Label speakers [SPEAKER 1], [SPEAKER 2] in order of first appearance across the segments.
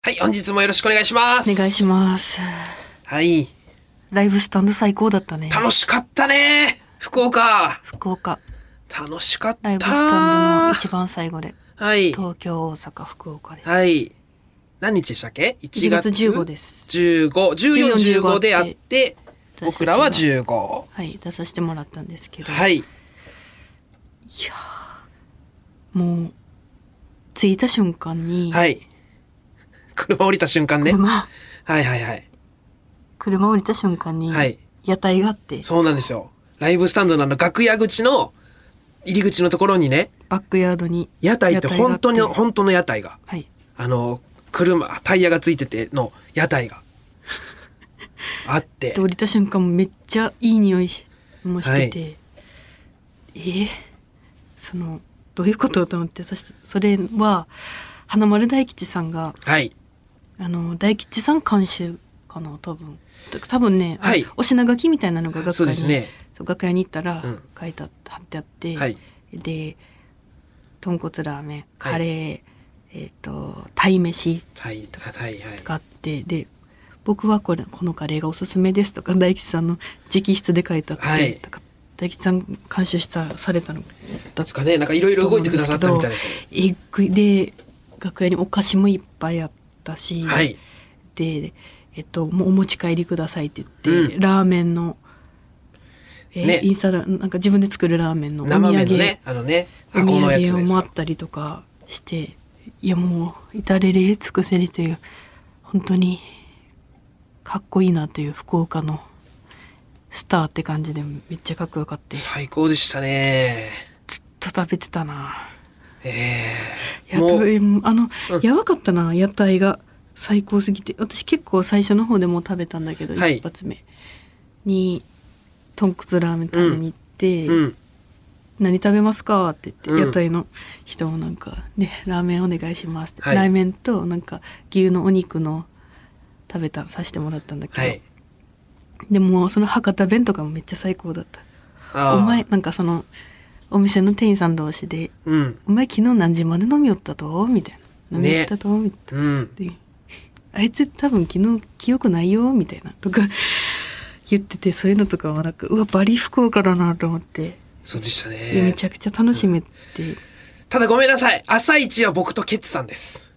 [SPEAKER 1] はい、本日もよろしくお願いします。
[SPEAKER 2] お願いします。
[SPEAKER 1] はい。
[SPEAKER 2] ライブスタンド最高だったね。
[SPEAKER 1] 楽しかったね福岡
[SPEAKER 2] 福岡。
[SPEAKER 1] 楽しかった
[SPEAKER 2] ライブスタンドの一番最後で。
[SPEAKER 1] はい。
[SPEAKER 2] 東京、大阪、福岡で。
[SPEAKER 1] はい。何日でしたっけ ?1
[SPEAKER 2] 1
[SPEAKER 1] 月
[SPEAKER 2] 月15です。
[SPEAKER 1] 15、14、
[SPEAKER 2] 14
[SPEAKER 1] 15であって、僕らは15。
[SPEAKER 2] はい、出させてもらったんですけど。
[SPEAKER 1] はい。
[SPEAKER 2] もう、着いた瞬間に、
[SPEAKER 1] はい。車降りた瞬間ね。
[SPEAKER 2] 車、
[SPEAKER 1] はいはいはい。
[SPEAKER 2] 車降りた瞬間に
[SPEAKER 1] はい、
[SPEAKER 2] 屋台があって、
[SPEAKER 1] そうなんですよ。ライブスタンドのあの楽屋口の入り口のところにね、
[SPEAKER 2] バックヤードに。
[SPEAKER 1] 屋台って本当に、
[SPEAKER 2] 屋台があって
[SPEAKER 1] 本当の屋台が。
[SPEAKER 2] はい。
[SPEAKER 1] あの、車、タイヤがついてての屋台 があって
[SPEAKER 2] で、降りた瞬間もめっちゃいい匂いしもしてて、えーそのどういうことと思ってそしてそれは花丸大吉さんが
[SPEAKER 1] はい、
[SPEAKER 2] あの大吉さん監修かな多分と多分ね、あ
[SPEAKER 1] はい
[SPEAKER 2] お品書きみたいなのが
[SPEAKER 1] そう
[SPEAKER 2] 楽
[SPEAKER 1] で
[SPEAKER 2] 屋
[SPEAKER 1] す
[SPEAKER 2] に、
[SPEAKER 1] ね
[SPEAKER 2] そう楽屋に行ったら
[SPEAKER 1] うん
[SPEAKER 2] 書いてあっ貼ってあって、
[SPEAKER 1] はい
[SPEAKER 2] で豚骨ラーメンカレー、えっ、と鯛めし
[SPEAKER 1] タイ、タイ、はい。
[SPEAKER 2] があってで僕はこれこのカレーがおすすめですとか大吉さんの直筆で書いてあって、
[SPEAKER 1] はい
[SPEAKER 2] とか大吉さん監修したされたの
[SPEAKER 1] で
[SPEAKER 2] だ
[SPEAKER 1] すかね、なんかいろいろ動いてくださったみたいですね。
[SPEAKER 2] えっくいで楽屋にお菓子もいっぱいあったし、
[SPEAKER 1] はい、
[SPEAKER 2] で、えっと、もうお持ち帰りくださいって言って、
[SPEAKER 1] うん
[SPEAKER 2] ラーメンの、えー
[SPEAKER 1] ね
[SPEAKER 2] インスタラなんか自分で作るラーメンのお土
[SPEAKER 1] 生
[SPEAKER 2] 産
[SPEAKER 1] 麺のね、あのね、
[SPEAKER 2] お
[SPEAKER 1] 箱のや
[SPEAKER 2] 土
[SPEAKER 1] つで
[SPEAKER 2] 産
[SPEAKER 1] す
[SPEAKER 2] を。待ったりとかしていやもう至れり尽くせりという本当にかっこいいなという福岡のスターって感じでめっちゃかっこよかってず
[SPEAKER 1] 最高でしたね。
[SPEAKER 2] っと食べてたな
[SPEAKER 1] え
[SPEAKER 2] い
[SPEAKER 1] え
[SPEAKER 2] や
[SPEAKER 1] も
[SPEAKER 2] 食
[SPEAKER 1] う、
[SPEAKER 2] べあの、
[SPEAKER 1] うん
[SPEAKER 2] やばかったな屋台が最高すぎて私結構最初の方でもう食べたんだけど、
[SPEAKER 1] はい
[SPEAKER 2] 一発目に豚骨ラーメン食べに行って、
[SPEAKER 1] うん、
[SPEAKER 2] 何食べますか?」って言っ
[SPEAKER 1] う
[SPEAKER 2] て
[SPEAKER 1] ん
[SPEAKER 2] 屋台の人もなんか「ねラーメンお願いします」って、
[SPEAKER 1] はい
[SPEAKER 2] ラーメンとなんか牛のお肉の食べたさせてもらったんだけど、
[SPEAKER 1] はい。
[SPEAKER 2] でもその博多弁とかもめっちゃ最高だった
[SPEAKER 1] あー
[SPEAKER 2] お前、なんかそのお店の店員さん同士で
[SPEAKER 1] うん、
[SPEAKER 2] 「お前昨日何時まで飲みよったと?」みたいな「飲みよったと?」みたいな。
[SPEAKER 1] うん、
[SPEAKER 2] であいつ多分昨日記憶ないよみたいなとか言っててそういうのとかもなんかうわバリ福岡だなと思って、
[SPEAKER 1] そうでした
[SPEAKER 2] いやめ
[SPEAKER 1] ね
[SPEAKER 2] ち。ゃくちゃ楽しめて、
[SPEAKER 1] ただごめんなさい、朝一は僕とケツさんです。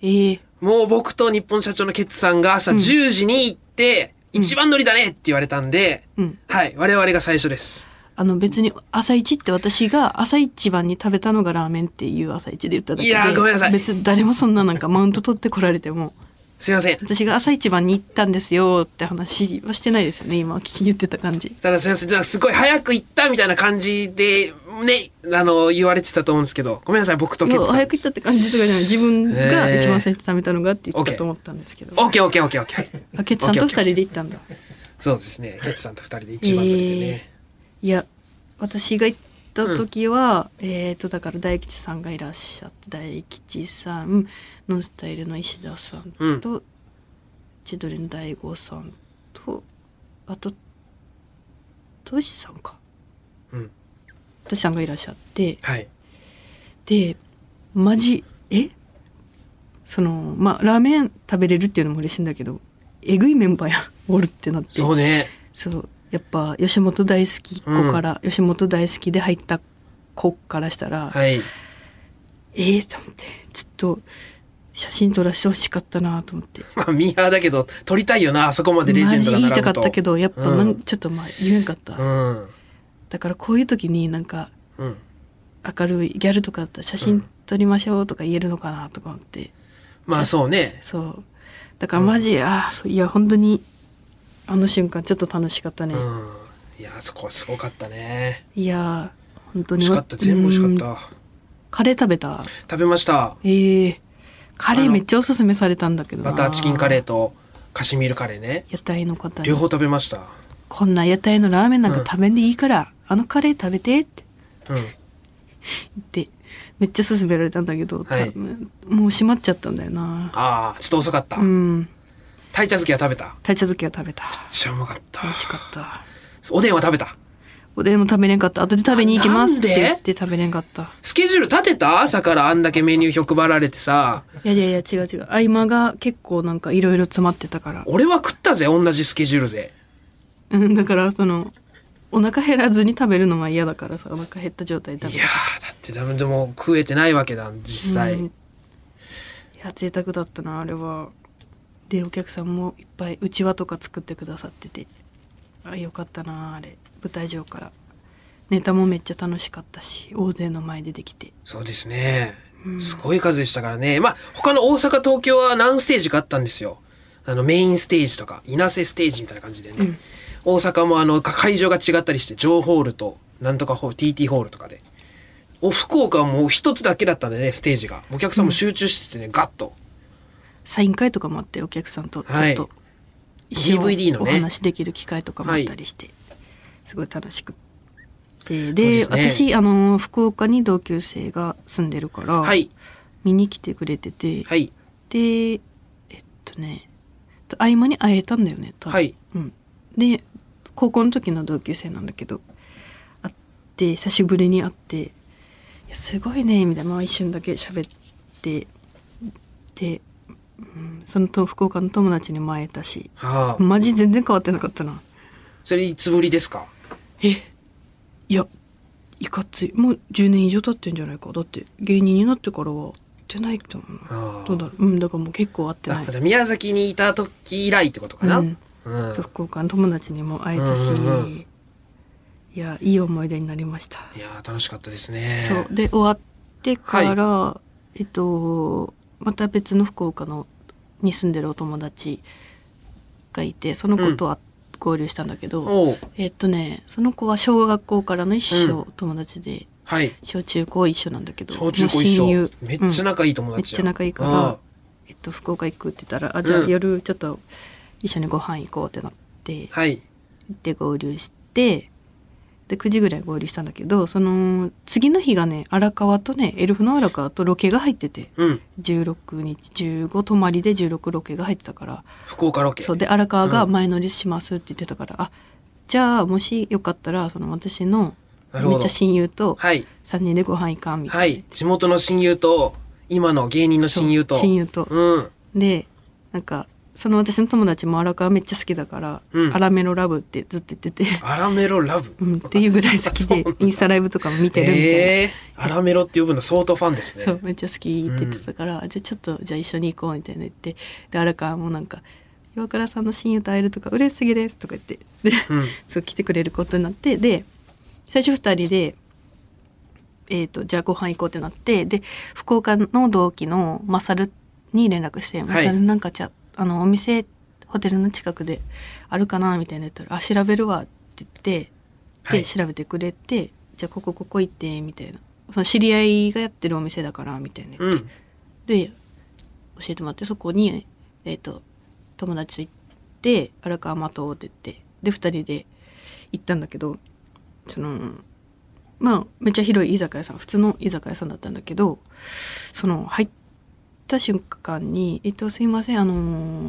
[SPEAKER 2] ええ
[SPEAKER 1] もう僕と日本社長のケツさんが朝10時に行って、一番乗りだねって言われたんで、
[SPEAKER 2] うん、
[SPEAKER 1] はい、我々が最初です。
[SPEAKER 2] あの別に朝一って私が朝一番に食べたのがラーメンっていう朝一で言っただけで
[SPEAKER 1] いやーごめんなさい
[SPEAKER 2] 別に誰もそんななんかマウント取ってこられても
[SPEAKER 1] すいません。
[SPEAKER 2] 私が朝一番に行ったんですよって話はしてないですよね今聞き言ってた感じ
[SPEAKER 1] ただすいません、じゃあすごい早く行ったみたいな感じで、ね、あの、言われてたと思うんですけど、ごめんなさい、僕と
[SPEAKER 2] い
[SPEAKER 1] ケ
[SPEAKER 2] や
[SPEAKER 1] ツさん
[SPEAKER 2] 早く
[SPEAKER 1] で
[SPEAKER 2] 行っ
[SPEAKER 1] す。
[SPEAKER 2] たって感じとかじゃない自分が
[SPEAKER 1] えー
[SPEAKER 2] 一番最初に食べたのがって言っ
[SPEAKER 1] オッケ
[SPEAKER 2] た
[SPEAKER 1] ー
[SPEAKER 2] と思ったんですけど、
[SPEAKER 1] オッケーオッケーオッケーオッケー。
[SPEAKER 2] あケツさんと二人で行ったんだ
[SPEAKER 1] そうですね、ケツさんと二人で一番乗りでね。
[SPEAKER 2] いや私が行った時は、えっ、とだから大吉さんがいらっしゃって大吉さんノンスタイルの石田さんと、千鳥の大悟さんとあとトシさんか
[SPEAKER 1] うん。
[SPEAKER 2] トシさんがいらっしゃって
[SPEAKER 1] はい。
[SPEAKER 2] でマジえそのまあラーメン食べれるっていうのも嬉しいんだけどえぐいメンバーや んおるってなって
[SPEAKER 1] そうね。
[SPEAKER 2] そうやっぱ吉本大好き子から、吉本大好きで入った子からしたら、
[SPEAKER 1] はい。
[SPEAKER 2] ええと思ってちょっと写真撮らせてほしかったなと思って
[SPEAKER 1] まあ、ミーハーだけど、撮りたいよな、あそこまでレジ
[SPEAKER 2] マ
[SPEAKER 1] ェンド
[SPEAKER 2] ジ
[SPEAKER 1] が
[SPEAKER 2] 言い
[SPEAKER 1] 並ぶと。
[SPEAKER 2] たかったけどやっぱなん、
[SPEAKER 1] うん
[SPEAKER 2] ちょっとまあ言えんかった、
[SPEAKER 1] うん。
[SPEAKER 2] だからこういう時になんか
[SPEAKER 1] うん。
[SPEAKER 2] 明るいギャルとかだったら写真撮りましょうとか言えるのかなとか思って、
[SPEAKER 1] まあ、そうね。
[SPEAKER 2] そうだからマジ、ああそういや本当にあの瞬間ちょっと楽しかったね、
[SPEAKER 1] うん。いや、あそこはすごかったね。
[SPEAKER 2] いやー本当
[SPEAKER 1] 美
[SPEAKER 2] に
[SPEAKER 1] 味しかった全部美味しか
[SPEAKER 2] うん
[SPEAKER 1] った
[SPEAKER 2] カレー食べた
[SPEAKER 1] 食べました
[SPEAKER 2] ええカレ
[SPEAKER 1] あ
[SPEAKER 2] ー
[SPEAKER 1] の
[SPEAKER 2] めっちゃおすすめされたんだけどな
[SPEAKER 1] バターチキンカレーとカシミールカレーね
[SPEAKER 2] 屋台の方
[SPEAKER 1] 両
[SPEAKER 2] に
[SPEAKER 1] 方食べました
[SPEAKER 2] こんな屋台のラーメンなんか
[SPEAKER 1] うん
[SPEAKER 2] 食べんでいいから、あのカレー食べてって
[SPEAKER 1] うん
[SPEAKER 2] 言ってめっちゃ勧められたんだけど、
[SPEAKER 1] はい
[SPEAKER 2] 多分もう閉まっちゃったんだよな
[SPEAKER 1] ああちょっと遅かった
[SPEAKER 2] うん
[SPEAKER 1] 鯛茶漬けは食べためっ
[SPEAKER 2] 鯛茶漬けは食べた
[SPEAKER 1] ちゃうまかった
[SPEAKER 2] 美味しかった
[SPEAKER 1] おでんは食べた
[SPEAKER 2] おでんも食べれんかった後で食べに行きますって言って食べれんかった
[SPEAKER 1] スケジュール立てた朝からあんだけメニュー配られてさ
[SPEAKER 2] いやいやいや違う違う合間が結構なんかいろいろ詰まってたから
[SPEAKER 1] 俺は食ったぜ同じスケジュールぜ
[SPEAKER 2] うんだからそのお腹減らずに食べるのは嫌だからさお腹減った状態で食
[SPEAKER 1] い
[SPEAKER 2] べ
[SPEAKER 1] やーだってダメでも食えてないわけだ実際、
[SPEAKER 2] うんいや贅沢だったなあれはでお客さんもいっぱいうちわとか作ってくださっててあよかったなあれ舞台上からネタもめっちゃ楽しかったし大勢の前でできて
[SPEAKER 1] そうですねすごい数でしたからねまあ他の大阪東京は何ステージかあったんですよあのメインステージとかいなせステージみたいな感じでね、大阪もあのか会場が違ったりして城ホールとなんとかホール TT ホールとかでお福岡はもう一つだけだったんでねステージがお客さんも集中しててね、ガッと
[SPEAKER 2] サイン会とかもあってお客さんとちょ
[SPEAKER 1] は
[SPEAKER 2] っ
[SPEAKER 1] い
[SPEAKER 2] と一緒に
[SPEAKER 1] DVD のね
[SPEAKER 2] お話しできる機会とかもあったりして、すごい楽しく
[SPEAKER 1] そ
[SPEAKER 2] てで
[SPEAKER 1] うですね
[SPEAKER 2] 私あの福岡に同級生が住んでるから、
[SPEAKER 1] はい
[SPEAKER 2] 見に来てくれてて、
[SPEAKER 1] はい
[SPEAKER 2] でえっとねと合間に会えたんだよね多分
[SPEAKER 1] はい
[SPEAKER 2] うん、で高校の時の同級生なんだけど会って久しぶりに会っていや「すごいね」みたいな、まあ、一瞬だけ喋ってで、うん、そのと福岡の友達にも会えたし
[SPEAKER 1] はあ、
[SPEAKER 2] マジ全然変わってなかったな
[SPEAKER 1] それいつぶりですか
[SPEAKER 2] えいやいかついもう10年以上経ってんじゃないかだって芸人になってからは会ってないと思う
[SPEAKER 1] あ
[SPEAKER 2] な
[SPEAKER 1] ー
[SPEAKER 2] どうだろううんだからもう結構会ってな
[SPEAKER 1] あ
[SPEAKER 2] い
[SPEAKER 1] じゃあ宮崎にいた時以来ってことかな、
[SPEAKER 2] う
[SPEAKER 1] うんん
[SPEAKER 2] 福岡の友達にも会えたし、
[SPEAKER 1] うんうんう
[SPEAKER 2] いやいい思い出になりました、
[SPEAKER 1] いやー楽しかったですね
[SPEAKER 2] そうで終わってから、えっとまた別の福岡のに住んでるお友達がいてその子とは合流したんだけど、
[SPEAKER 1] おう
[SPEAKER 2] えっとねその子は小学校からの一生友達で、
[SPEAKER 1] はい
[SPEAKER 2] 小中高一緒なんだけど
[SPEAKER 1] 小中高
[SPEAKER 2] もう
[SPEAKER 1] 一
[SPEAKER 2] 親
[SPEAKER 1] 緒
[SPEAKER 2] 友
[SPEAKER 1] めっちゃ仲いい友
[SPEAKER 2] めっ
[SPEAKER 1] 達
[SPEAKER 2] ち
[SPEAKER 1] や
[SPEAKER 2] ゃ
[SPEAKER 1] ん
[SPEAKER 2] 仲いいから、
[SPEAKER 1] あ
[SPEAKER 2] えっと、福岡行くって言ったらあじゃあ
[SPEAKER 1] うん
[SPEAKER 2] 夜ちょっと一緒にご飯行こうってなって。
[SPEAKER 1] あはい
[SPEAKER 2] で合流してで9時ぐらい合流したんだけどその次の日がね荒川とねエルフの荒川とロケが入ってて
[SPEAKER 1] うん
[SPEAKER 2] 16日15泊まりで16ロケが入ってたから
[SPEAKER 1] 福岡ロケ
[SPEAKER 2] そうで荒川が
[SPEAKER 1] うん
[SPEAKER 2] 前乗りしますって言ってたから、あじゃあもしよかったらその私の
[SPEAKER 1] なる
[SPEAKER 2] め
[SPEAKER 1] ほ
[SPEAKER 2] っち
[SPEAKER 1] ど
[SPEAKER 2] ゃ親友と
[SPEAKER 1] はい
[SPEAKER 2] 3人でご飯行かんみた
[SPEAKER 1] はいい地元の親友と今の芸人の
[SPEAKER 2] な、そう
[SPEAKER 1] 親友と
[SPEAKER 2] 親友と
[SPEAKER 1] うん
[SPEAKER 2] でなんかその私の友達も荒川めっちゃ好きだから「
[SPEAKER 1] うん
[SPEAKER 2] 荒メロラブ」ってずっと言ってて、
[SPEAKER 1] アラメロラブ
[SPEAKER 2] うん、っていうぐらい好き
[SPEAKER 1] そう
[SPEAKER 2] で
[SPEAKER 1] なんだ
[SPEAKER 2] インスタライブとかも見てるみたいな。
[SPEAKER 1] ええー、アラメロって呼ぶの相当ファンですね
[SPEAKER 2] そうめっちゃ好きって言ってたから、じゃあちょっとじゃあ一緒に行こうみたいな言ってで荒川もなんか「岩倉さんの親友と会えるとか嬉しすぎです」とか言ってで、
[SPEAKER 1] うん
[SPEAKER 2] そう来てくれることになってで最初2人で、えー、とじゃあご飯行こうってなってで福岡の同期のマサルに連絡して「マサルなんかじゃあのお店ホテルの近くであるかな」みたいな言ったら「あ調べるわ」って言って。
[SPEAKER 1] は
[SPEAKER 2] で
[SPEAKER 1] い
[SPEAKER 2] 調べてくれて、じゃあここここ行ってみたいなその知り合いがやってるお店だからみたいな、
[SPEAKER 1] うん
[SPEAKER 2] で教えてもらってそこに、えー、と友達と行って荒川まとうって言ってで2人で行ったんだけどそのまあめっちゃ広い居酒屋さん普通の居酒屋さんだったんだけどその入った瞬間に「えっとすいませんあの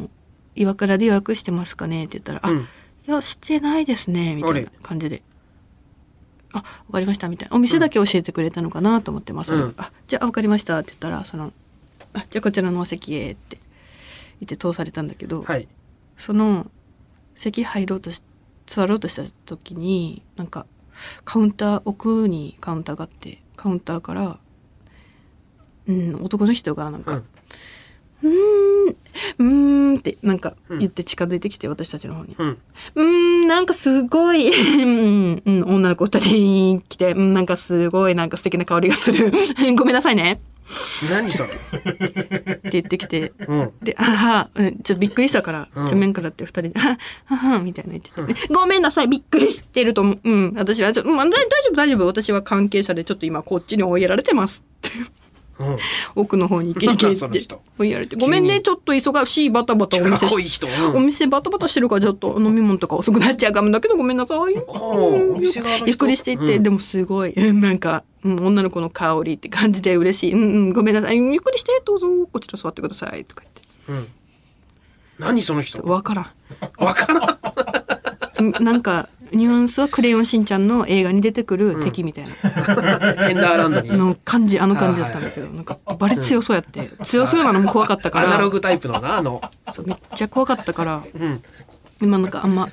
[SPEAKER 2] ー岩倉で予約してますかね?」って言ったら「あ
[SPEAKER 1] うん
[SPEAKER 2] いや、してないですね、みた
[SPEAKER 1] あ
[SPEAKER 2] いな
[SPEAKER 1] れ
[SPEAKER 2] 感じで。あ、わかりました、みたいな。お店だけ教えてくれたのかなと思ってます。
[SPEAKER 1] うん
[SPEAKER 2] あ、じゃあ、わかりましたって言ったら、その、あ、じゃあこちらのお席へって言って通されたんだけど、
[SPEAKER 1] はい
[SPEAKER 2] その、席入ろうとし、座ろうとした時に、なんか、カウンター、奥にカウンターがあって、カウンターから、うん、男の人がなん
[SPEAKER 1] う
[SPEAKER 2] か、
[SPEAKER 1] ん
[SPEAKER 2] うーん、うーんってなんか
[SPEAKER 1] うん
[SPEAKER 2] 言って近づいてきて、私たちの方に。
[SPEAKER 1] うん
[SPEAKER 2] うーん、なんかすごい、 うん、うん女の子二人来て、うん、なんかすごい、なんか素敵な香りがする。 ごめんなさいね。
[SPEAKER 1] 何それ
[SPEAKER 2] って言ってきて。
[SPEAKER 1] うん
[SPEAKER 2] で、あは、うん、ちょっとびっくりしたから、
[SPEAKER 1] うん
[SPEAKER 2] 正面からって二人で、あは、は、みたいな言ってて、ごめんなさい、びっくりしてると思う。うん、私はちょ、うん、まあ大大丈夫、大丈夫。私は関係者で、ちょっと今こっちに追いやられてます。
[SPEAKER 1] うん
[SPEAKER 2] 奥の方に行け
[SPEAKER 1] なんだ
[SPEAKER 2] 行け
[SPEAKER 1] そ
[SPEAKER 2] っ
[SPEAKER 1] の
[SPEAKER 2] て
[SPEAKER 1] 人
[SPEAKER 2] 追いやられて、ごめんね、
[SPEAKER 1] 急に
[SPEAKER 2] ちょっと忙しい、バタバタお
[SPEAKER 1] か
[SPEAKER 2] 店
[SPEAKER 1] っこ
[SPEAKER 2] し
[SPEAKER 1] いい人うん
[SPEAKER 2] お店バタバタしてるからちょっと飲み物とか遅くなっちゃうかもだけどごめんなさい。
[SPEAKER 1] お店側の人
[SPEAKER 2] ゆっくりしていって、
[SPEAKER 1] うん
[SPEAKER 2] でもすごい うんなんか、うん、女の子の香りって感じで嬉しい。うんうんごめんなさいうんゆっくりしてどうぞこちら座ってくださいとか言って
[SPEAKER 1] うん何その
[SPEAKER 2] そ
[SPEAKER 1] 人
[SPEAKER 2] うわからん。
[SPEAKER 1] わからん
[SPEAKER 2] そのなんか ニュアンスは「クレヨンしんちゃん」の映画に出てくる敵みたいな
[SPEAKER 1] エンダーランドに。
[SPEAKER 2] の感じあの感じだったんだけどなんかバリ強そうやって強そうなのも怖かったか
[SPEAKER 1] アナ
[SPEAKER 2] ら
[SPEAKER 1] ログタイプのな、あの。
[SPEAKER 2] そうめっちゃ怖かったから
[SPEAKER 1] うん。
[SPEAKER 2] 今なんかあんま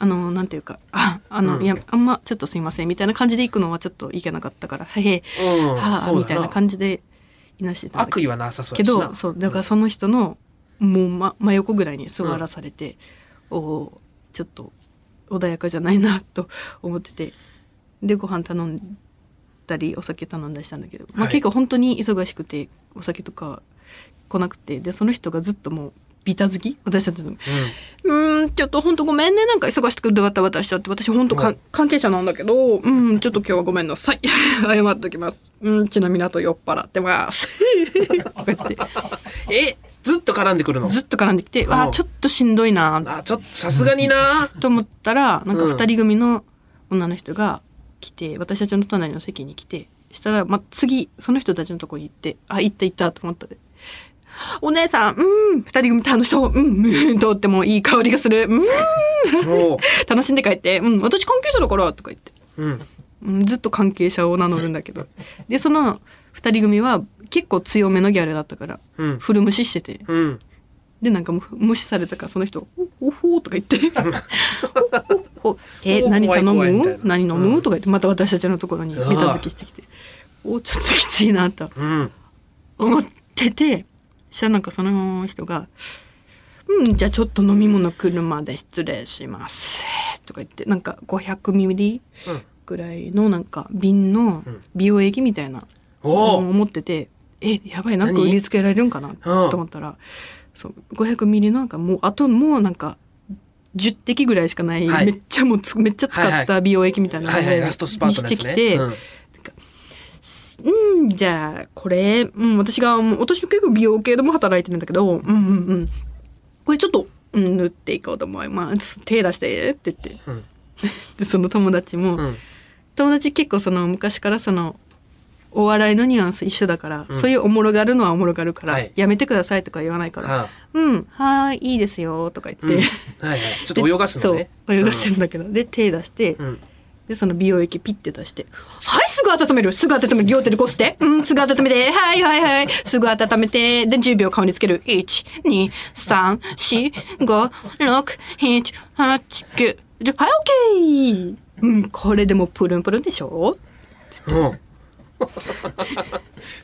[SPEAKER 2] あのなんていうかああの、いやあんまちょっとすいませんみたいな感じで行くのはちょっといけなかったから「はい、
[SPEAKER 1] うん
[SPEAKER 2] はあ」
[SPEAKER 1] そうだな
[SPEAKER 2] みたいな感じでいなしてたんだけど
[SPEAKER 1] 悪意はなさそう
[SPEAKER 2] け
[SPEAKER 1] やしな
[SPEAKER 2] どそうだからその人のもう、ま、真横ぐらいに座らされて、おおーちょっと穏やかじゃないなと思っててでご飯頼んだりお酒頼んだりしたんだけど、ま
[SPEAKER 1] は
[SPEAKER 2] あ、
[SPEAKER 1] い
[SPEAKER 2] 結構本当に忙しくてお酒とか来なくてでその人がずっともうビタ好き私たちのうーんちょっと本当ごめんねなんか忙しくてバタバタしちゃって私本当か、
[SPEAKER 1] うん
[SPEAKER 2] 関係者なんだけどうんちょっと今日はごめんなさい謝っときますうんちなみにあと酔っ払ってますこうやって
[SPEAKER 1] うん。え、ずっと絡んでくるの
[SPEAKER 2] ずっと絡んできて
[SPEAKER 1] ん
[SPEAKER 2] わあちょっとしんどいな
[SPEAKER 1] あ、ちょっと、さすがに な。
[SPEAKER 2] と思ったらなんか
[SPEAKER 1] うん
[SPEAKER 2] 2人組の女の人が来て私たちの隣の席に来てしたら、まあ、次その人たちのとこに行ってあ行った行ったと思ったで。お姉さん、うん、二人組楽しそう、うん、うんとってもいい香りがする、うん、
[SPEAKER 1] も
[SPEAKER 2] 楽しんで帰って、うん、私関係者だから、とか言って、
[SPEAKER 1] う。うん。
[SPEAKER 2] うん、ずっと関係者を名乗るんだけど。で、その二人組は結構強めのギャルだったから、
[SPEAKER 1] うん。
[SPEAKER 2] フル無視してて、
[SPEAKER 1] うん。
[SPEAKER 2] でなんかもう無視されたからその人「おおほー」とか言って「おおえ
[SPEAKER 1] お
[SPEAKER 2] 何
[SPEAKER 1] 怖い
[SPEAKER 2] 頼
[SPEAKER 1] 怖いみたい
[SPEAKER 2] む
[SPEAKER 1] な
[SPEAKER 2] 何飲む?」とか言ってまた私たちのところに
[SPEAKER 1] うわ
[SPEAKER 2] ネタ付きしてきて「おちょっときついな」と
[SPEAKER 1] うん。
[SPEAKER 2] 思っててそしたらなんかその人が「うんじゃあちょっと飲み物車で失礼します」とか言ってなんか500ミリ
[SPEAKER 1] うん
[SPEAKER 2] ぐらいのなんか瓶の美容液みたいな
[SPEAKER 1] おお。
[SPEAKER 2] 思っててえやばいなんか
[SPEAKER 1] 何
[SPEAKER 2] 売りつけられるんかなと思ったらそう500ミリなんかもうあともうなんか10滴ぐらいしかない、
[SPEAKER 1] はい
[SPEAKER 2] めっちゃもうつめっちゃ使
[SPEAKER 1] は
[SPEAKER 2] っ
[SPEAKER 1] いは
[SPEAKER 2] た美容液みたいな
[SPEAKER 1] はいはい、ラストスパ
[SPEAKER 2] に
[SPEAKER 1] ート
[SPEAKER 2] し
[SPEAKER 1] の
[SPEAKER 2] て
[SPEAKER 1] や
[SPEAKER 2] き
[SPEAKER 1] つ
[SPEAKER 2] て、
[SPEAKER 1] ね。うん
[SPEAKER 2] うん、じゃあこれ、うん、私がもう私結構美容系でも働いてるんだけど、うんうんうん、これちょっと、うん、塗っていこうと思います手出してって言って、
[SPEAKER 1] うん
[SPEAKER 2] でその友達も、
[SPEAKER 1] うん。
[SPEAKER 2] 友達結構その昔からそのお笑いのニュアンス一緒だから、そういうおもろがるのはおもろがるから、
[SPEAKER 1] はい
[SPEAKER 2] やめてくださいとか言わないから「
[SPEAKER 1] あ
[SPEAKER 2] うんはーいいいですよ」とか言っ
[SPEAKER 1] うん。
[SPEAKER 2] て、
[SPEAKER 1] はいはい。ちょっと泳がすのね。
[SPEAKER 2] そう泳がしてるんだけど、で手出して、
[SPEAKER 1] うん。
[SPEAKER 2] でその美容液ピッて出して「はいすぐ温めるすぐ温める両手でこすってうんすぐ温めてはいはいはいすぐ温めてで10秒顔につける123456789はいオッケーうんこれでもうプルンプルンでしょ
[SPEAKER 1] うん。うん。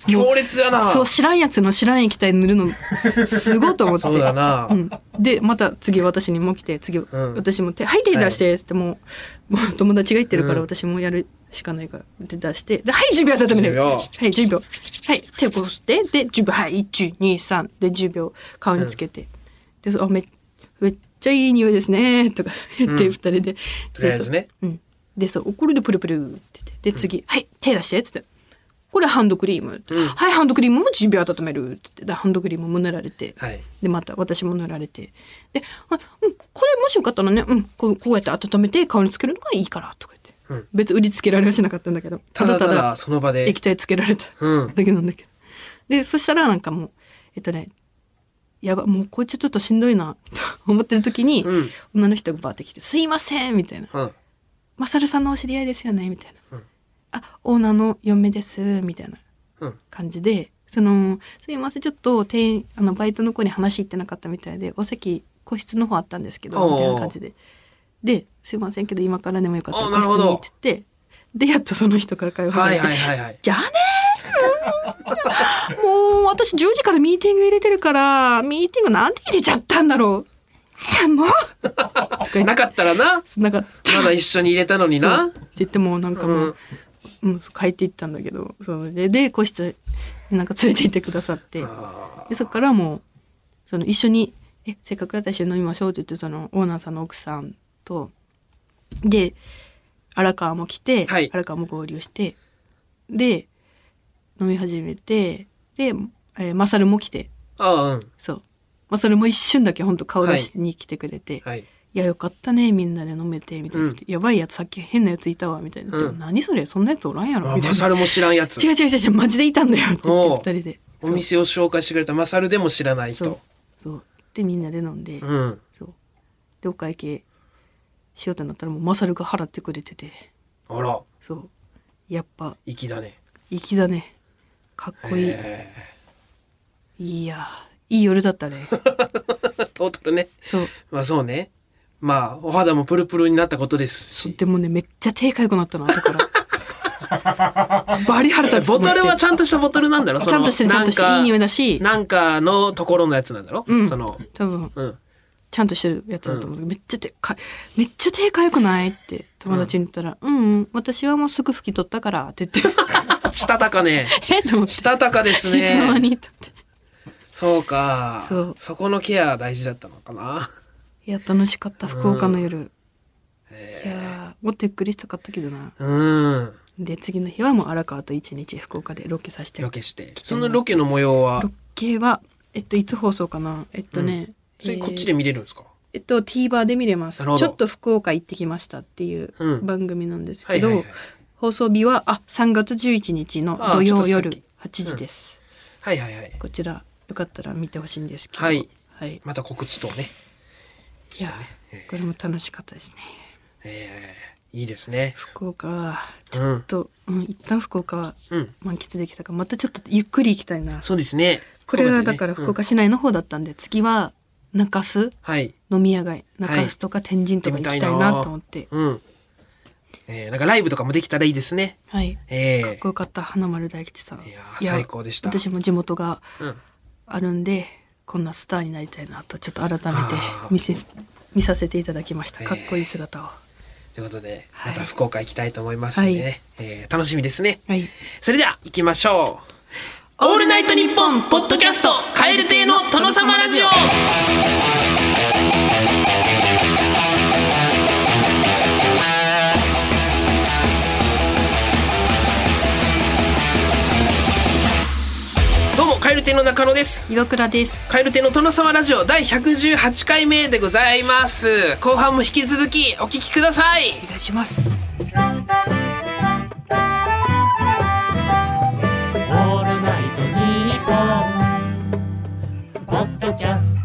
[SPEAKER 1] 強烈やな。
[SPEAKER 2] そう知らんやつの知らん液体塗るのすごいと思っ て
[SPEAKER 1] そうだな
[SPEAKER 2] う。ん、でまた次私にも来て次、
[SPEAKER 1] ん
[SPEAKER 2] 私も手「はい手出して」ってもうもう友達が言ってるか
[SPEAKER 1] うん
[SPEAKER 2] ら私もやるしかないからで出してで「はい10秒温
[SPEAKER 1] 10
[SPEAKER 2] める」
[SPEAKER 1] 秒
[SPEAKER 2] はい10秒はい手をこすってで10秒はい123で10秒顔につけて、でそうあめめっちゃいい匂いですね」 とか言って2人で、
[SPEAKER 1] とりあえずね
[SPEAKER 2] でそううん、でそうおこれでプルプルって言ってで次、はい手出して」っつって。これハンドクリーム、はいハンドクリームも10秒温めるって言ってでハンドクリームも塗られて、
[SPEAKER 1] はい。
[SPEAKER 2] でまた私も塗られてであ「うんこれもしよかったらね、うん、こうこうやって温めて顔につけるのがいいから」とか言って、別に売りつけられはしなかったんだけど
[SPEAKER 1] ただただその場で
[SPEAKER 2] 液体つけられた
[SPEAKER 1] うん
[SPEAKER 2] だけなんだけど、でそしたらなんかもうえっとねやばもうこいつちょっとしんどいな と思ってる時に、
[SPEAKER 1] うん
[SPEAKER 2] 女の人がバーって来て「すいません」みたいな
[SPEAKER 1] うん。
[SPEAKER 2] 「マサルさんのお知り合いですよね」みたいな「あオーナーの嫁です」みたいな
[SPEAKER 1] うん
[SPEAKER 2] 感じで「そのすいませんちょっと店員あのバイトの子に話行ってなかったみたいでお席個室の方あったんですけ
[SPEAKER 1] お
[SPEAKER 2] ど」
[SPEAKER 1] うおう
[SPEAKER 2] みたいな感じで「ですいませんけど今からでもよかった
[SPEAKER 1] お
[SPEAKER 2] ら
[SPEAKER 1] な
[SPEAKER 2] 個
[SPEAKER 1] るほ
[SPEAKER 2] 室
[SPEAKER 1] ど
[SPEAKER 2] に」っつってでやっとその人から会話
[SPEAKER 1] は
[SPEAKER 2] が
[SPEAKER 1] い
[SPEAKER 2] て
[SPEAKER 1] はいはいはい。
[SPEAKER 2] じゃあねーうーんもう私10時からミーティング入れてるからミーティングなんで入れちゃったんだろう もう
[SPEAKER 1] なかったらな。
[SPEAKER 2] なんか
[SPEAKER 1] まだ一緒に入れたのに
[SPEAKER 2] そう
[SPEAKER 1] な
[SPEAKER 2] って。言ってもうなんかもう、うんそう帰っていったんだけどそうでで個室になんか連れて行ってくださって
[SPEAKER 1] あ
[SPEAKER 2] でそこからもうその一緒に「えせっかくだったら一緒に飲みましょう」って言ってそのオーナーさんの奥さんとで荒川も来て、
[SPEAKER 1] はい
[SPEAKER 2] 荒川も合流してで飲み始めてで、えー、マサルも来て
[SPEAKER 1] ーあー、うん。
[SPEAKER 2] そうマサルも一瞬だけ本当顔出しに来てくれて、
[SPEAKER 1] はい。
[SPEAKER 2] いやよかったねみんなで飲めてみたいな、
[SPEAKER 1] うん
[SPEAKER 2] やばいやつさっき変なやついたわみたいな、
[SPEAKER 1] うん
[SPEAKER 2] 何それそんなやつおらんやろ
[SPEAKER 1] あ
[SPEAKER 2] みたい
[SPEAKER 1] マサ
[SPEAKER 2] な
[SPEAKER 1] ルも知らんやつ
[SPEAKER 2] 違う。違う違う違うマジでいたんだよって
[SPEAKER 1] お
[SPEAKER 2] 言
[SPEAKER 1] う
[SPEAKER 2] って二人で
[SPEAKER 1] お店を紹介してくれたマサルでも知らない
[SPEAKER 2] そうそう
[SPEAKER 1] 人。
[SPEAKER 2] そうでみんなで飲んで、
[SPEAKER 1] うん。
[SPEAKER 2] そうでお会計しようってなったらもうマサルが払ってくれてて
[SPEAKER 1] あら
[SPEAKER 2] そうやっぱ
[SPEAKER 1] 粋だね
[SPEAKER 2] 粋だねかっこいい、
[SPEAKER 1] え
[SPEAKER 2] いやいい夜だっ たね
[SPEAKER 1] ートータルね
[SPEAKER 2] そう
[SPEAKER 1] まあそうねまあお肌もプルプルになったことです
[SPEAKER 2] そう
[SPEAKER 1] し
[SPEAKER 2] でもねめっちゃ手かゆくなったの後から バリ腹立つと
[SPEAKER 1] ボ
[SPEAKER 2] 思って
[SPEAKER 1] トルはちゃんとしたボトルなんだろそ
[SPEAKER 2] ちゃ
[SPEAKER 1] の
[SPEAKER 2] んとしてるちゃんとしてる
[SPEAKER 1] なんか
[SPEAKER 2] いい匂いだし
[SPEAKER 1] なんかのところのやつなんだろ、
[SPEAKER 2] うん
[SPEAKER 1] その
[SPEAKER 2] 多分
[SPEAKER 1] うん
[SPEAKER 2] ちゃんとしてるやつだと思う、けどめっちゃ手かめっちゃ手かゆくないって友達に言ったら「うん、うん私はもうすぐ拭き取ったから」って言って
[SPEAKER 1] したたかね
[SPEAKER 2] 「えっ?」と思って
[SPEAKER 1] したたかです
[SPEAKER 2] いつの間
[SPEAKER 1] ね
[SPEAKER 2] に?」と思って
[SPEAKER 1] そうか
[SPEAKER 2] そう
[SPEAKER 1] このケア大事だったのかない
[SPEAKER 2] や楽しかった福岡の夜、い
[SPEAKER 1] え
[SPEAKER 2] やーもっとゆっくりしたかったけどな
[SPEAKER 1] ーうん
[SPEAKER 2] で次の日はもう荒川と一日福岡でロケさせて
[SPEAKER 1] ロ
[SPEAKER 2] ロ
[SPEAKER 1] ケしてそのロケの模様は
[SPEAKER 2] ケはえっといつ放送かなえっとね、
[SPEAKER 1] それ
[SPEAKER 2] えー
[SPEAKER 1] こっちで見れるんですか、
[SPEAKER 2] えっと TVer で見れます
[SPEAKER 1] なるほ
[SPEAKER 2] ち
[SPEAKER 1] ど
[SPEAKER 2] ょっと福岡行ってきましたっていう
[SPEAKER 1] うん
[SPEAKER 2] 番組なんです
[SPEAKER 1] は
[SPEAKER 2] け
[SPEAKER 1] いはいは
[SPEAKER 2] ど
[SPEAKER 1] い
[SPEAKER 2] 放送日はあ3月11日の
[SPEAKER 1] あ
[SPEAKER 2] 土
[SPEAKER 1] ちょっ
[SPEAKER 2] 曜
[SPEAKER 1] と先
[SPEAKER 2] 夜8時です、
[SPEAKER 1] はいはいはい
[SPEAKER 2] こちらよかったら見てほしいんですけど
[SPEAKER 1] はい、
[SPEAKER 2] はい、
[SPEAKER 1] また告知とね
[SPEAKER 2] いやこれも楽しかったですね
[SPEAKER 1] えー、いいですね
[SPEAKER 2] 福岡は
[SPEAKER 1] う
[SPEAKER 2] ちょっ
[SPEAKER 1] ん
[SPEAKER 2] と、うん、一旦福岡は
[SPEAKER 1] うん
[SPEAKER 2] 満喫できたからまたちょっとゆっくり行きたいな
[SPEAKER 1] そうですね
[SPEAKER 2] これはだから福岡市内の方だったんで、次は中洲
[SPEAKER 1] うんはい
[SPEAKER 2] 飲み屋街中洲とか天神とか行きたいなと思って、
[SPEAKER 1] うんえー、なんかライブとかもできたらいいですね
[SPEAKER 2] はい
[SPEAKER 1] え
[SPEAKER 2] かっ
[SPEAKER 1] ー
[SPEAKER 2] こよかった花丸大吉さん
[SPEAKER 1] いやー最高でした
[SPEAKER 2] 私も地元が
[SPEAKER 1] うん、
[SPEAKER 2] あるんでこんなスターになりたいなとちょっと改めて
[SPEAKER 1] あー
[SPEAKER 2] 見せ見させていただきました
[SPEAKER 1] えー
[SPEAKER 2] かっこいい姿を、
[SPEAKER 1] ということで、
[SPEAKER 2] はい
[SPEAKER 1] また福岡行きたいと思いますんでね、
[SPEAKER 2] は
[SPEAKER 1] えー楽しみですね。
[SPEAKER 2] はい
[SPEAKER 1] それでは行きましょう。オールナイトニッポンポッドキャスト蛙亭の殿様ラジオ。どうも蛙亭の中野です。
[SPEAKER 2] 岩倉です
[SPEAKER 1] カエル亭の殿様ラジオ第118回目でございます。後半も引き続きお聞きください。
[SPEAKER 2] お願いします
[SPEAKER 3] オールナイトニッポン」ポッドキャスト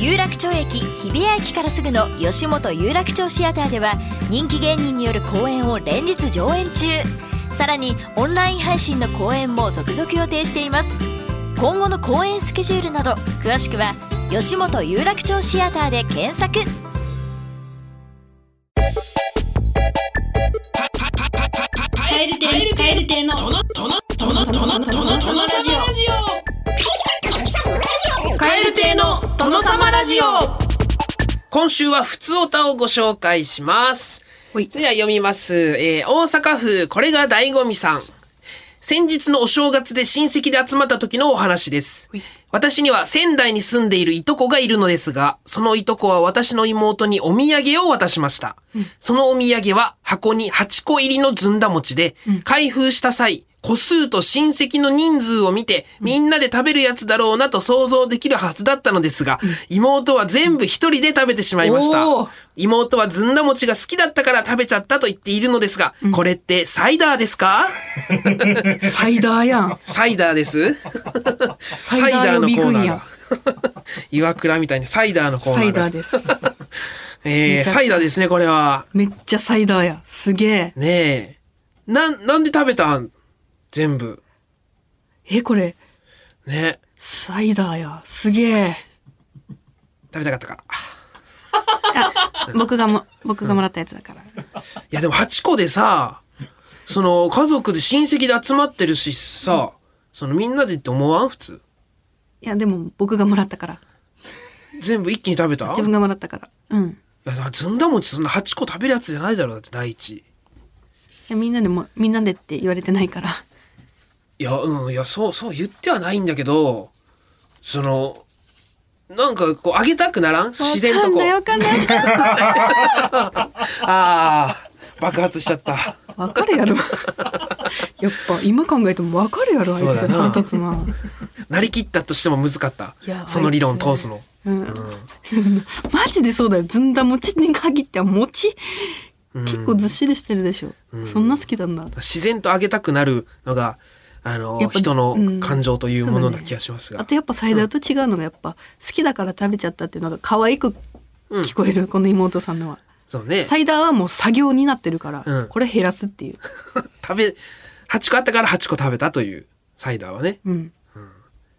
[SPEAKER 4] 有楽町駅日比谷駅からすぐの吉本有楽町シアターでは人気芸人による公演を連日上演中さらにオンライン配信の公演も続々予定しています今後の公演スケジュールなど詳しくは吉本有楽町シアターで検索
[SPEAKER 1] カエル亭の殿様ラジオ今週はふつおたをご紹介します。
[SPEAKER 2] ほい
[SPEAKER 1] では読みます。えー大阪府、これが醍醐味さん。先日のお正月で親戚で集まった時のお話です
[SPEAKER 2] ほい。
[SPEAKER 1] 私には仙台に住んでいるいとこがいるのですが、そのいとこは私の妹にお土産を渡しました。そのお土産は箱に8個入りのずんだ餅で、開封した際、個数と親戚の人数を見て、みんなで食べるやつだろうなと想像できるはずだったのですが、妹は全部一人で食べてしまいました。
[SPEAKER 2] おー
[SPEAKER 1] 妹はずんだ餅が好きだったから食べちゃったと言っているのですが、これってサイダーですか
[SPEAKER 2] サイダー やん
[SPEAKER 1] サイダーです。
[SPEAKER 2] サイダーのビグやん。
[SPEAKER 1] 岩倉みたいにサイダーのコーナー
[SPEAKER 2] サイダー
[SPEAKER 1] で
[SPEAKER 2] です
[SPEAKER 1] えー
[SPEAKER 2] めちゃくちゃ
[SPEAKER 1] サイダーですね、これは。
[SPEAKER 2] めっちゃサイダーやすげえ
[SPEAKER 1] ねえ。なん、なんで食べたん全部。
[SPEAKER 2] えこれ
[SPEAKER 1] ね。
[SPEAKER 2] サイダーやすげえ
[SPEAKER 1] 食べたかったから。
[SPEAKER 2] あ僕がも僕がもらったやつだから、
[SPEAKER 1] いやでも8個でさ、その家族で親戚で集まってるしさ、そのみんなでって思わん普通。
[SPEAKER 2] いやでも僕がもらったから
[SPEAKER 1] 全部一気に食べた
[SPEAKER 2] 自分がもらったからうん
[SPEAKER 1] いやだからずんだ餅そんな8個食べるやつじゃないだろだって第一
[SPEAKER 2] いやみんなでもみんなでって言われてないから
[SPEAKER 1] いやうんいやそうそう言ってはないんだけどそのなんかこうあげたくならん 自然とこう
[SPEAKER 2] わかんないわかんない
[SPEAKER 1] あー爆発しちゃった
[SPEAKER 2] わかるや ろやっぱ今考えてもわかるやろあい
[SPEAKER 1] そうだ
[SPEAKER 2] つ
[SPEAKER 1] な
[SPEAKER 2] 腹立つな
[SPEAKER 1] なりきったとしても難かった
[SPEAKER 2] いや
[SPEAKER 1] その理論通す
[SPEAKER 2] あ
[SPEAKER 1] の
[SPEAKER 2] うん、マジでそうだよずんだ餅に限っては餅結構ずっしりしてるでしょ、そんな好きなんだ
[SPEAKER 1] 自然とあげたくなるのがあの
[SPEAKER 2] やっぱ
[SPEAKER 1] 人の
[SPEAKER 2] うん
[SPEAKER 1] 感情というもの
[SPEAKER 2] そうだ
[SPEAKER 1] な
[SPEAKER 2] ね
[SPEAKER 1] 気がしますが、
[SPEAKER 2] あとやっぱサイダーと違うのがやっぱ好きだから食べちゃったっていうのが可愛く
[SPEAKER 1] うん
[SPEAKER 2] 聞こえる、この妹さんのは。
[SPEAKER 1] そうね
[SPEAKER 2] サイダーはもう作業になってるから、
[SPEAKER 1] うん
[SPEAKER 2] これ減らすっていう。
[SPEAKER 1] 食べ8個あったから8個食べたというサイダーはね
[SPEAKER 2] うん。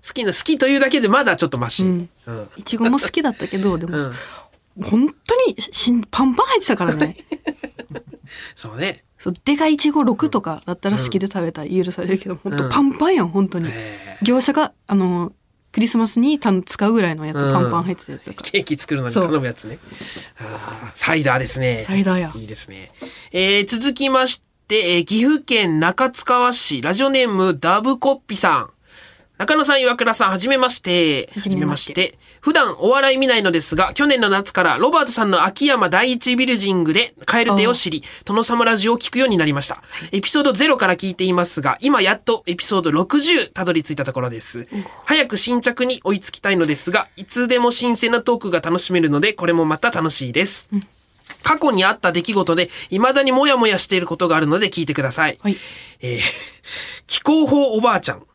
[SPEAKER 1] 好きな好きというだけでまだちょっとマシ、う
[SPEAKER 2] うんんいちごも好きだったけど、でも、
[SPEAKER 1] うん
[SPEAKER 2] 本当にしんパンパン入ってたか らね。
[SPEAKER 1] そうね
[SPEAKER 2] そうでかいちご6とかだったら好きで食べたら許されるけど、本
[SPEAKER 1] うん
[SPEAKER 2] 当パンパンやん、本当に。
[SPEAKER 1] えー
[SPEAKER 2] 業者が、あの、クリスマスにた使うぐらいのやつ、
[SPEAKER 1] うん
[SPEAKER 2] パンパン入ってたやつだから。
[SPEAKER 1] ケーキ作るのに頼むやつねあーサイダーですね
[SPEAKER 2] サイダーや。
[SPEAKER 1] いいですね、えー続きまして、えー岐阜県中津川市ラジオネームダブコッピさん中野さん、岩倉さん、はじめまして。
[SPEAKER 2] はじめまして
[SPEAKER 1] はじめまして。普段お笑い見ないのですが、去年の夏からロバートさんの秋山第一ビルジングで蛙亭を知り、殿様ラジオを聞くようになりました。エピソード0から聞いていますが、今やっとエピソード60たどり着いたところです。早く新着に追いつきたいのですが、いつでも新鮮なトークが楽しめるので、これもまた楽しいです。過去にあった出来事で、未だにモヤモヤしていることがあるので聞いてください。
[SPEAKER 2] はい。
[SPEAKER 1] えー気候法おばあちゃん。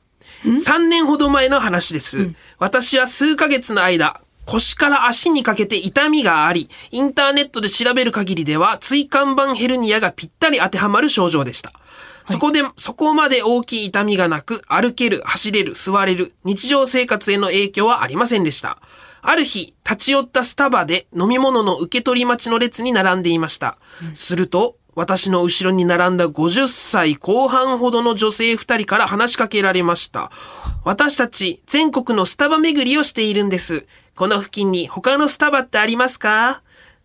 [SPEAKER 1] 3年ほど前の話です。私は数ヶ月の間、腰から足にかけて痛みがあり、インターネットで調べる限りでは、椎間板ヘルニアがぴったり当てはまる症状でした。そこで、そこまで大きい痛みがなく、歩ける、走れる、座れる、日常生活への影響はありませんでした。ある日、立ち寄ったスタバで飲み物の受け取り待ちの列に並んでいました。すると、私の後ろに並んだ50歳後半ほどの女性2人から話しかけられました。私たち全国のスタバ巡りをしているんです。この付近に他のスタバってありますか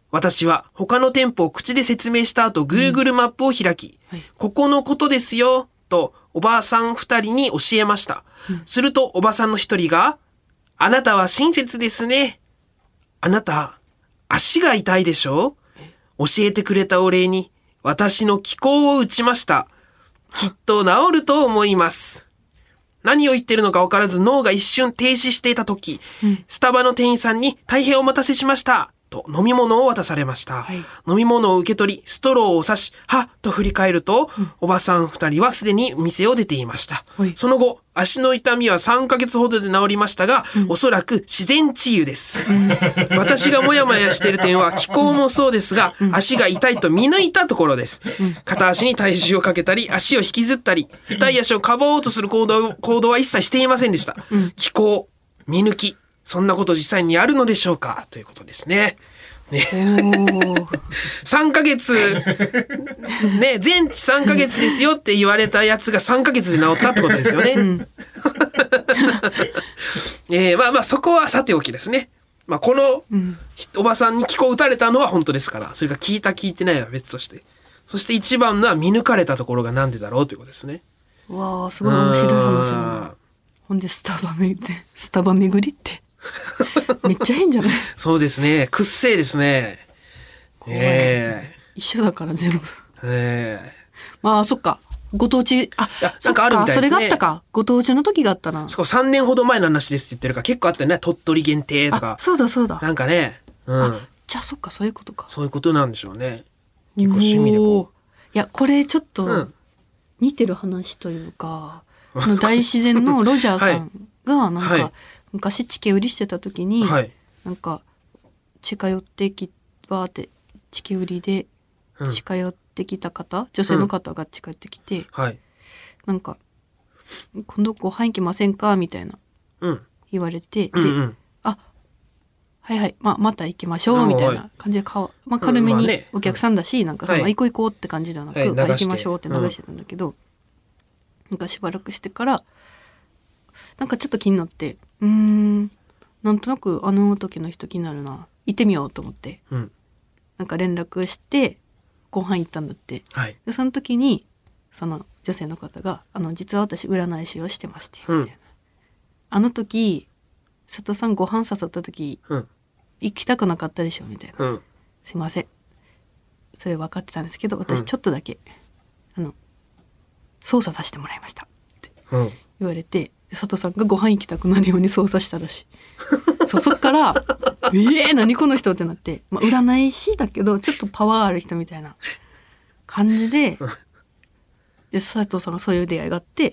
[SPEAKER 1] 私は他の店舗を口で説明した後 Google マップを開き、ここのことですよ、とおばあさん2人に教えました。するとおばさんの1人が、あなたは親切ですね。あなた、足が痛いでしょ教えてくれたお礼に、私の気候を打ちました。きっと治ると思います。何を言ってるのか分からず脳が一瞬停止していた時、スタバの店員さんに大変お待たせしました。と飲み物を渡されました。
[SPEAKER 2] はい
[SPEAKER 1] 飲み物を受け取り、ストローを刺し、はっと振り返ると、おばさん二人はすでに店を出ていました。
[SPEAKER 2] はい
[SPEAKER 1] その後、足の痛みは3ヶ月ほどで治りましたが、おそらく自然治癒です。私がモヤモヤしている点は気候もそうですが、足が痛いと見抜いたところです。片足に体重をかけたり、足を引きずったり、痛い足をかばおうとする行動行動は一切していませんでした。気候、見抜き、そんなこと実際にあるのでしょうかということですね。ね、3ヶ 月、ね、全治3ヶ月ですよって言われたやつが3ヶ月で治ったってことですよね。 えーまあまあそこはさておきですね。まあこの、ひおばさんに気候打たれたのは本当ですから、それが聞いた聞いてないは別として。そして一番のは見抜かれたところがなんでだろうということですね。
[SPEAKER 2] わあ、すごい面白い話だ
[SPEAKER 1] うん
[SPEAKER 2] な。ほんで、スタバめ、 スタバ巡 りって。めっちゃ変じゃない
[SPEAKER 1] そうですね。くっせえですね。ねえ
[SPEAKER 2] 一緒だから全部。
[SPEAKER 1] ええ
[SPEAKER 2] まあ、そっか。ご当地、あ
[SPEAKER 1] や、
[SPEAKER 2] そ
[SPEAKER 1] なん
[SPEAKER 2] っ
[SPEAKER 1] かあるみ
[SPEAKER 2] か、
[SPEAKER 1] たい
[SPEAKER 2] そ
[SPEAKER 1] ですね
[SPEAKER 2] れがあったか。ご当地の時があったな。
[SPEAKER 1] そこ3年ほど前の話ですって言ってるから結構あったよね。鳥取限定と
[SPEAKER 2] あ
[SPEAKER 1] か、。
[SPEAKER 2] そうだそうだ。
[SPEAKER 1] なんかね。うん。
[SPEAKER 2] じゃあ、そっか、そういうことか。
[SPEAKER 1] そういうことなんでしょうね。結構趣味で
[SPEAKER 2] おー
[SPEAKER 1] こ
[SPEAKER 2] いやこれちょっ
[SPEAKER 1] う。う
[SPEAKER 2] と
[SPEAKER 1] ん。
[SPEAKER 2] 似てる話というか、の大自然のロジャーさんがなんか、
[SPEAKER 1] はい
[SPEAKER 2] 昔地形売りしてた時に、
[SPEAKER 1] はい。
[SPEAKER 2] なんか近寄ってきバーって地形売りで
[SPEAKER 1] うん
[SPEAKER 2] 近寄ってきた方、女性の方が近寄ってきて、
[SPEAKER 1] はい。
[SPEAKER 2] なんか「今度ご飯行きませんか?」みたいな
[SPEAKER 1] うん。
[SPEAKER 2] 言われて、
[SPEAKER 1] うんう
[SPEAKER 2] で
[SPEAKER 1] ん。
[SPEAKER 2] 「あはいはい、まあ、また行きましょ
[SPEAKER 1] あ
[SPEAKER 2] う」みたい
[SPEAKER 1] は
[SPEAKER 2] な感じで顔、まあ、軽め
[SPEAKER 1] まあ
[SPEAKER 2] に
[SPEAKER 1] ね
[SPEAKER 2] お客さんだし、なんかそ
[SPEAKER 1] はい
[SPEAKER 2] の、あ行こう行こうって感じではなく、
[SPEAKER 1] はい流して
[SPEAKER 2] あ行きましょうって流してたんだけど、なんかしばらくしてからなんかちょっと気になってうーんなんとなくあの時の人気になるな行ってみようと思って
[SPEAKER 1] うん。
[SPEAKER 2] なんか連絡してご飯行ったんだって
[SPEAKER 1] はい。
[SPEAKER 2] でその時にその女性の方が「あの実は私占い師をしてまして」みたいな、
[SPEAKER 1] うん
[SPEAKER 2] あの時佐藤さんご飯誘った時
[SPEAKER 1] うん。
[SPEAKER 2] 行きたくなかったでしょ」みたいな
[SPEAKER 1] うん。
[SPEAKER 2] 「すいませんそれ分かってたんですけど
[SPEAKER 1] う
[SPEAKER 2] 私
[SPEAKER 1] ん
[SPEAKER 2] ちょっとだけ、あの操作させてもらいました」って
[SPEAKER 1] うん。
[SPEAKER 2] 言われて佐藤さんがご飯行きたくなるように操作したらしいそうそっから「ええ何この人」ってなって、まあ、占い師だけどちょっとパワーある人みたいな感じでで佐藤さんがそういう出会いがあって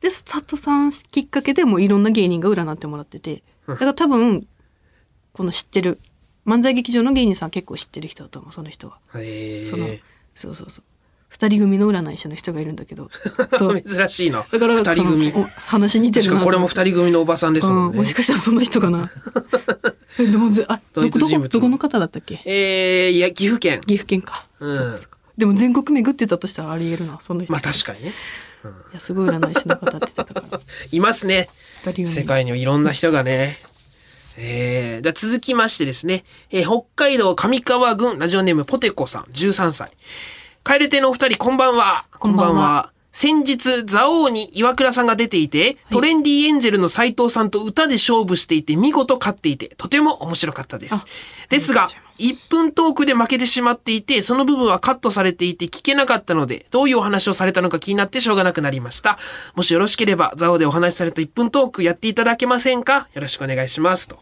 [SPEAKER 2] で佐藤さんきっかけでもういろんな芸人が占ってもらっててだから多分この知ってる、漫才劇場の芸人さん結構知ってる人だと思うその人は
[SPEAKER 1] へえ
[SPEAKER 2] そのそうそうそう二人組の占い師の人がいるんだけどそう
[SPEAKER 1] 珍しいな
[SPEAKER 2] だから
[SPEAKER 1] 二人組
[SPEAKER 2] そのお話似て
[SPEAKER 1] 確
[SPEAKER 2] る
[SPEAKER 1] か
[SPEAKER 2] な
[SPEAKER 1] にこれも二人組のおばさんですもん
[SPEAKER 2] うん、
[SPEAKER 1] ね、
[SPEAKER 2] もしかしたらその人 かなえでもずあど
[SPEAKER 1] ドイツ
[SPEAKER 2] ど
[SPEAKER 1] 人物
[SPEAKER 2] こ
[SPEAKER 1] の
[SPEAKER 2] どこの方だったっけ
[SPEAKER 1] えー、いや岐阜県
[SPEAKER 2] 岐阜県か、
[SPEAKER 1] うん
[SPEAKER 2] そっかそっかでも全国巡ってたとしたらありえるなその人
[SPEAKER 1] まあ確かにね
[SPEAKER 2] いやすごい占い師の方って言っ てたから
[SPEAKER 1] いますね
[SPEAKER 2] 二人組
[SPEAKER 1] 世界にはいろんな人がね。えー、じゃあ続きましてですね、えー北海道上川郡ラジオネームポテコさん、13歳。カエル亭のお二人、こんばんは。
[SPEAKER 2] こんばんは
[SPEAKER 1] 先日、蔵王に岩倉さんが出ていて、トレンディエンジェルの斎藤さんと歌で勝負していて、見事勝っていて、とても面白かったです。ですが、1分トークで負けてしまっていて、その部分はカットされていて聞けなかったので、どういうお話をされたのか気になってしょうがなくなりました。もしよろしければ、ザオでお話しされた1分トークやっていただけませんかよろしくお願いします。と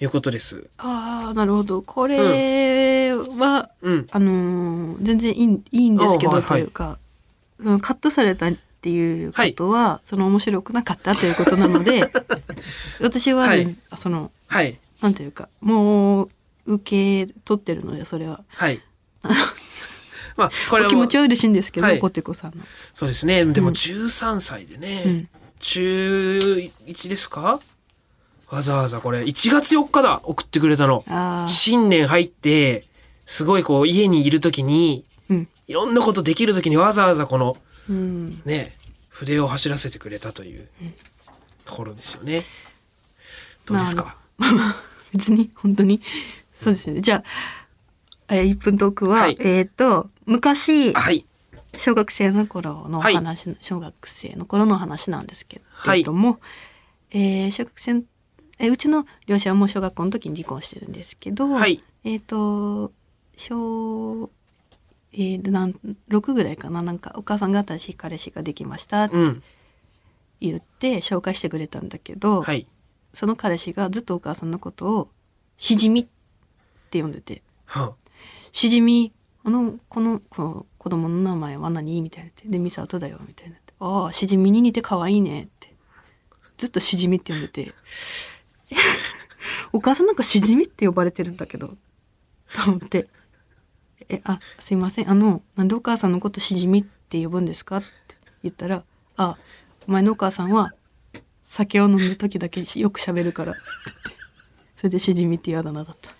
[SPEAKER 1] いうことです。
[SPEAKER 2] ああなるほどこれは、
[SPEAKER 1] うん。
[SPEAKER 2] あのー全然いいいいんですけ
[SPEAKER 1] あ
[SPEAKER 2] ど
[SPEAKER 1] ーは
[SPEAKER 2] と
[SPEAKER 1] いはい
[SPEAKER 2] いうか、そのカットされたっていうことは、その面白くなかったということなの で私は、
[SPEAKER 1] はい
[SPEAKER 2] その
[SPEAKER 1] はい。
[SPEAKER 2] なんていうかもう受け取ってるのでそれは
[SPEAKER 1] はい。まあ、これ
[SPEAKER 2] お
[SPEAKER 1] は
[SPEAKER 2] 気
[SPEAKER 1] も
[SPEAKER 2] 持
[SPEAKER 1] う
[SPEAKER 2] ちは嬉しいんですけど、
[SPEAKER 1] はい
[SPEAKER 2] ポテコさんの。
[SPEAKER 1] そうですね。でも13歳でね、
[SPEAKER 2] うん
[SPEAKER 1] 中1ですかわざわざこれ、1月4日だ送ってくれたの。
[SPEAKER 2] あー
[SPEAKER 1] 新年入って、すごいこう、家にいるときに、
[SPEAKER 2] うん
[SPEAKER 1] いろんなことできるときにわざわざこの、
[SPEAKER 2] うん、
[SPEAKER 1] ね、筆を走らせてくれたというところですよね。どうですか、
[SPEAKER 2] 別に本当にそうですねじゃあ、えー、1分トークは、
[SPEAKER 1] はい
[SPEAKER 2] えっ、と昔
[SPEAKER 1] はい。
[SPEAKER 2] 小学生の頃の
[SPEAKER 1] はい
[SPEAKER 2] 話、小学生の頃の話なんですけれども、えー小学生のえーうちの両親はもう小学校の時に離婚してるんですけど、
[SPEAKER 1] はい。
[SPEAKER 2] えっ、と小、えーなん6ぐらいかななんかお母さんが新しい彼氏ができましたって
[SPEAKER 1] うん。
[SPEAKER 2] 言って紹介してくれたんだけど、
[SPEAKER 1] はい。
[SPEAKER 2] その彼氏がずっとお母さんのことを「しじみ」って呼んでて
[SPEAKER 1] は
[SPEAKER 2] しじみあのこのこの子供の名前は何みたいになってでミサトだよみたいになってああしじみに似て可愛いねってずっとしじみって呼んでて お母さんなんかしじみって呼ばれてるんだけどと思って「えあすいませんあのなんでお母さんのことしじみって呼ぶんですか?」って言ったら「あお前のお母さんは酒を飲んでる時だけよく喋るから」ってそれでしじみっていうあだ名だったっ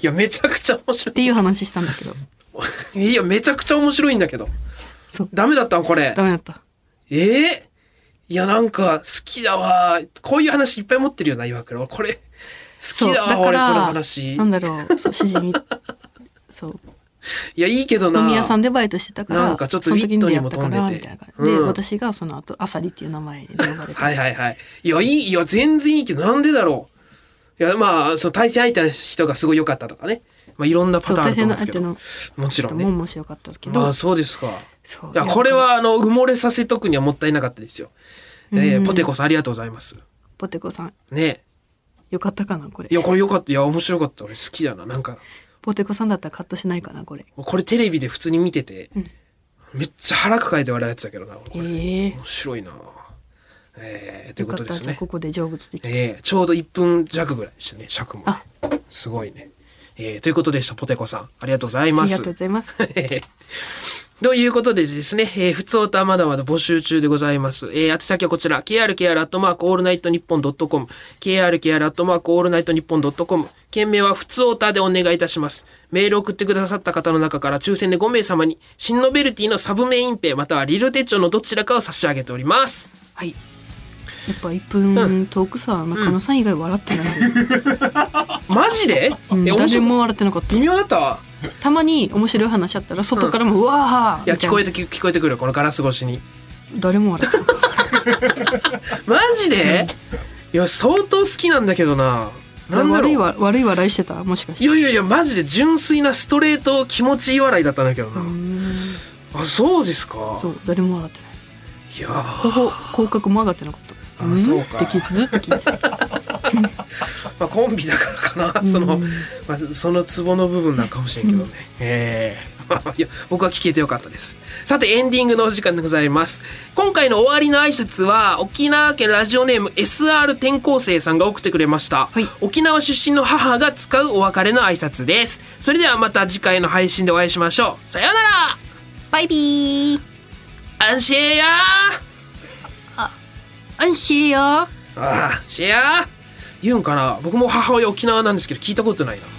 [SPEAKER 1] い。いや、めちゃくちゃ面白
[SPEAKER 2] ていう話したんだけど
[SPEAKER 1] い。い や、めちゃくちゃ面白いんだけど。
[SPEAKER 2] そう
[SPEAKER 1] ダメだったわこれ。
[SPEAKER 2] ダメだった。
[SPEAKER 1] ええいや、なんか、好きだわ。こういう話いっぱい持ってるよな、岩倉。俺これ、好
[SPEAKER 2] そう
[SPEAKER 1] きだわ、
[SPEAKER 2] か
[SPEAKER 1] 俺、こ
[SPEAKER 2] ら
[SPEAKER 1] の話。
[SPEAKER 2] なんだろうそうし じみそう
[SPEAKER 1] いや、いいけどな。
[SPEAKER 2] 飲み屋さんでバイトしてたから
[SPEAKER 1] なんかちょっと
[SPEAKER 2] その時
[SPEAKER 1] ウィットに
[SPEAKER 2] 出会
[SPEAKER 1] も
[SPEAKER 2] った
[SPEAKER 1] 富
[SPEAKER 2] か
[SPEAKER 1] んでて
[SPEAKER 2] らみたいな感じで、
[SPEAKER 1] うん
[SPEAKER 2] 私がその後アサリっていう名前で呼ばれて、
[SPEAKER 1] はいはいはい。いや、いい、いや、全然いいけど、なんでだろう。いや、まあ、その対戦相手の人がすごい良かったとかね。まあ、いろんなパ
[SPEAKER 2] そう
[SPEAKER 1] ターンあ
[SPEAKER 2] 対
[SPEAKER 1] ると思う
[SPEAKER 2] 戦
[SPEAKER 1] ん
[SPEAKER 2] の
[SPEAKER 1] ですけど。
[SPEAKER 2] 相手の
[SPEAKER 1] もちろ
[SPEAKER 2] 人
[SPEAKER 1] ん
[SPEAKER 2] も
[SPEAKER 1] ね。
[SPEAKER 2] 面白かったけど、
[SPEAKER 1] まあ、そうですか。
[SPEAKER 2] そう
[SPEAKER 1] いや、これは、あの、埋もれさせとくにはもったいなかったですよ。えー
[SPEAKER 2] うん
[SPEAKER 1] ポテコさん、ありがとうございます。
[SPEAKER 2] ポテコさん
[SPEAKER 1] ね
[SPEAKER 2] よかったかなこれ
[SPEAKER 1] いや、これ良かった。いや、面白かった。俺、好きだな。なんか、
[SPEAKER 2] ポテコさんだったらカットしないかなこれ
[SPEAKER 1] これテレビで普通に見てて、
[SPEAKER 2] うん
[SPEAKER 1] めっちゃ腹抱えて笑うやつだけどな。俺こ
[SPEAKER 2] ええ
[SPEAKER 1] れ
[SPEAKER 2] ー、
[SPEAKER 1] 面白いな。えー、とい
[SPEAKER 2] よ
[SPEAKER 1] う
[SPEAKER 2] か
[SPEAKER 1] こ
[SPEAKER 2] っ
[SPEAKER 1] と
[SPEAKER 2] た
[SPEAKER 1] です
[SPEAKER 2] じゃあ
[SPEAKER 1] ね
[SPEAKER 2] こ。こで成仏できた、
[SPEAKER 1] えーちょうど1分弱ぐらいでしたね尺もね
[SPEAKER 2] あ
[SPEAKER 1] すごいね、えーということでしたポテコさんありがとうござい
[SPEAKER 2] あ
[SPEAKER 1] ま
[SPEAKER 2] りが
[SPEAKER 1] す
[SPEAKER 2] とうございます
[SPEAKER 1] ということでですね、えー、ふつおたまだまだ募集中でございます。えー、宛先はこちら、krkr アットマークオールナイトニッポンドットコム、krkr アットマークオールナイトニッポンドットコム、件名はふつおたでお願いいたします。メールを送ってくださった方の中から抽選で5名様に、シンノベルティのサブメインペイまたはリル手帳のどちらかを差し上げております。
[SPEAKER 2] はいやっぱ1分トークさ中野さん以外笑ってない、
[SPEAKER 1] マジで、
[SPEAKER 2] うん
[SPEAKER 1] え、面
[SPEAKER 2] 誰
[SPEAKER 1] 白い
[SPEAKER 2] も笑ってなかった
[SPEAKER 1] 微妙だったわ。
[SPEAKER 2] たまに面白い話あったら外からも、うわー
[SPEAKER 1] いや、聞こえ
[SPEAKER 2] て
[SPEAKER 1] てき、聞こえてくるよこのガラス越しに。
[SPEAKER 2] 誰も笑ってない
[SPEAKER 1] マジでいや、相当好きなんだけどな。なんだろ。
[SPEAKER 2] 悪いうわ悪い笑いしてたもしかし
[SPEAKER 1] い
[SPEAKER 2] て
[SPEAKER 1] やいやいや、マジで純粋なストレート気持ちいい笑いだったんだけど
[SPEAKER 2] うー
[SPEAKER 1] な。
[SPEAKER 2] ん
[SPEAKER 1] あ、そうですか。
[SPEAKER 2] そう誰も笑ってない
[SPEAKER 1] いや
[SPEAKER 2] こ
[SPEAKER 1] ー
[SPEAKER 2] こ口角も上がってなかった
[SPEAKER 1] あ
[SPEAKER 2] ん
[SPEAKER 1] そうか
[SPEAKER 2] って聞いてずっと聞いてたけ
[SPEAKER 1] まあ、コンビだからかな。
[SPEAKER 2] ど
[SPEAKER 1] その
[SPEAKER 2] うん、
[SPEAKER 1] まあ、そのツボの部分なんかもしれんけどね。ええ いや僕は聞けてよかったですさてエンディングのお時間でございます今回の終わりの挨拶は沖縄県ラジオネーム SR 転校生さんが送ってくれました、
[SPEAKER 2] はい
[SPEAKER 1] 沖縄出身の母が使うお別れの挨拶ですそれではまた次回の配信でお会いしましょうさような
[SPEAKER 2] バイビー
[SPEAKER 1] ら安心や
[SPEAKER 2] 安心よ
[SPEAKER 1] ああシェア言うんかな僕も母親沖縄なんですけど聞いたことないな